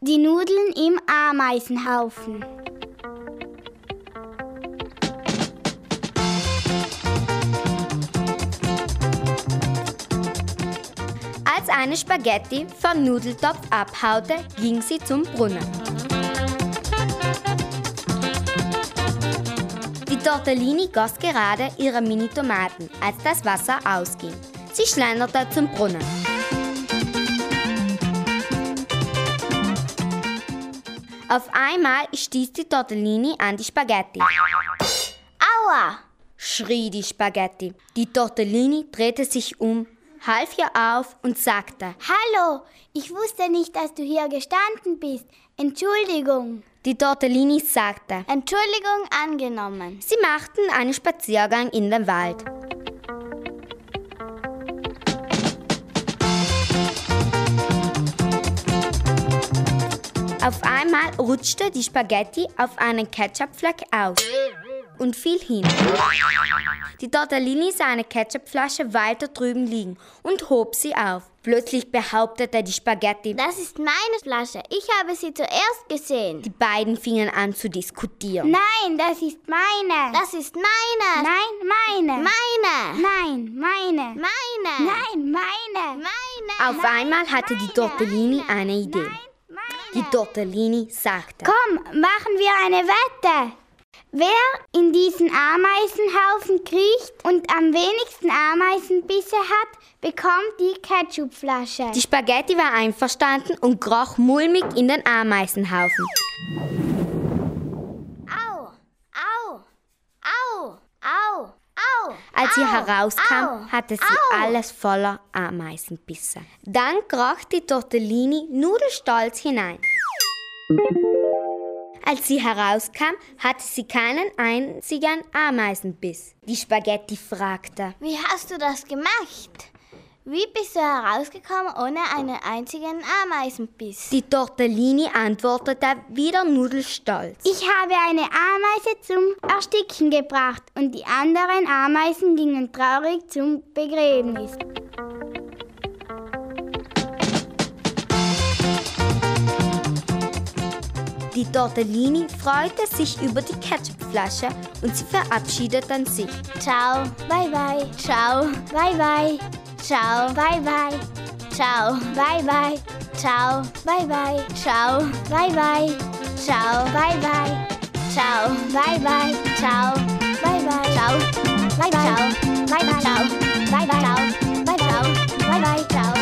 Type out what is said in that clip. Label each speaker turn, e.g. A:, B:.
A: die Nudeln im Ameisenhaufen.
B: Als eine Spaghetti vom Nudeltopf abhaute, ging sie zum Brunnen. Die Tortellini goss gerade ihre Mini-Tomaten, als das Wasser ausging. Sie schlenderte zum Brunnen. Auf einmal stieß die Tortellini an die Spaghetti.
A: Aua!
B: schrie die Spaghetti. Die Tortellini drehte sich um, half ihr auf und sagte,
A: Hallo, ich wusste nicht, dass du hier gestanden bist. Entschuldigung.
B: die Tortellini sagte,
A: Entschuldigung angenommen.
B: Sie machten einen Spaziergang in den Wald. Auf einmal rutschte die Spaghetti auf einen Ketchupfleck aus und fiel hin. Die Tortellini sah eine Ketchupflasche weiter drüben liegen und hob sie auf. Plötzlich behauptete die Spaghetti,
A: Das ist meine Flasche. Ich habe sie zuerst gesehen.
B: die beiden fingen an zu diskutieren.
A: Nein, das ist meine. Das ist meine. Nein, meine. Meine. Nein, meine. Meine. Nein, meine. Meine.
B: Auf einmal hatte die Tortellini eine Idee. Die Tortellini sagte,
A: Komm, machen wir eine Wette. Wer in diesen Ameisenhaufen kriecht und am wenigsten Ameisenbisse hat, bekommt die Ketchupflasche.
B: die Spaghetti war einverstanden und kroch mulmig in den Ameisenhaufen.
A: Au, au, au, au, au.
B: Als sie
A: au,
B: herauskam,
A: au,
B: hatte sie
A: au.
B: alles voller Ameisenbisse. Dann kroch die Tortellini nudelstolz hinein. Als sie herauskam, hatte sie keinen einzigen Ameisenbiss. Die Spaghetti fragte,
A: Wie hast du das gemacht? Wie bist du herausgekommen ohne einen einzigen Ameisenbiss?
B: Die Tortellini antwortete wieder nudelstolz.
A: Ich habe eine Ameise zum Ersticken gebracht und die anderen Ameisen gingen traurig zum Begräbnis.
B: Die Tortellini freute sich über die Ketchupflasche und sie verabschiedeten sich.
A: Ciao, bye bye. Ciao, bye bye. Ciao, bye bye. Ciao, bye bye. Ciao, bye bye. Ciao, bye bye. Ciao, bye bye. Ciao, bye bye. Ciao, bye bye. Ciao, bye bye. Ciao, bye bye. Ciao, bye bye. Ciao, bye bye. Ciao, bye bye. Ciao,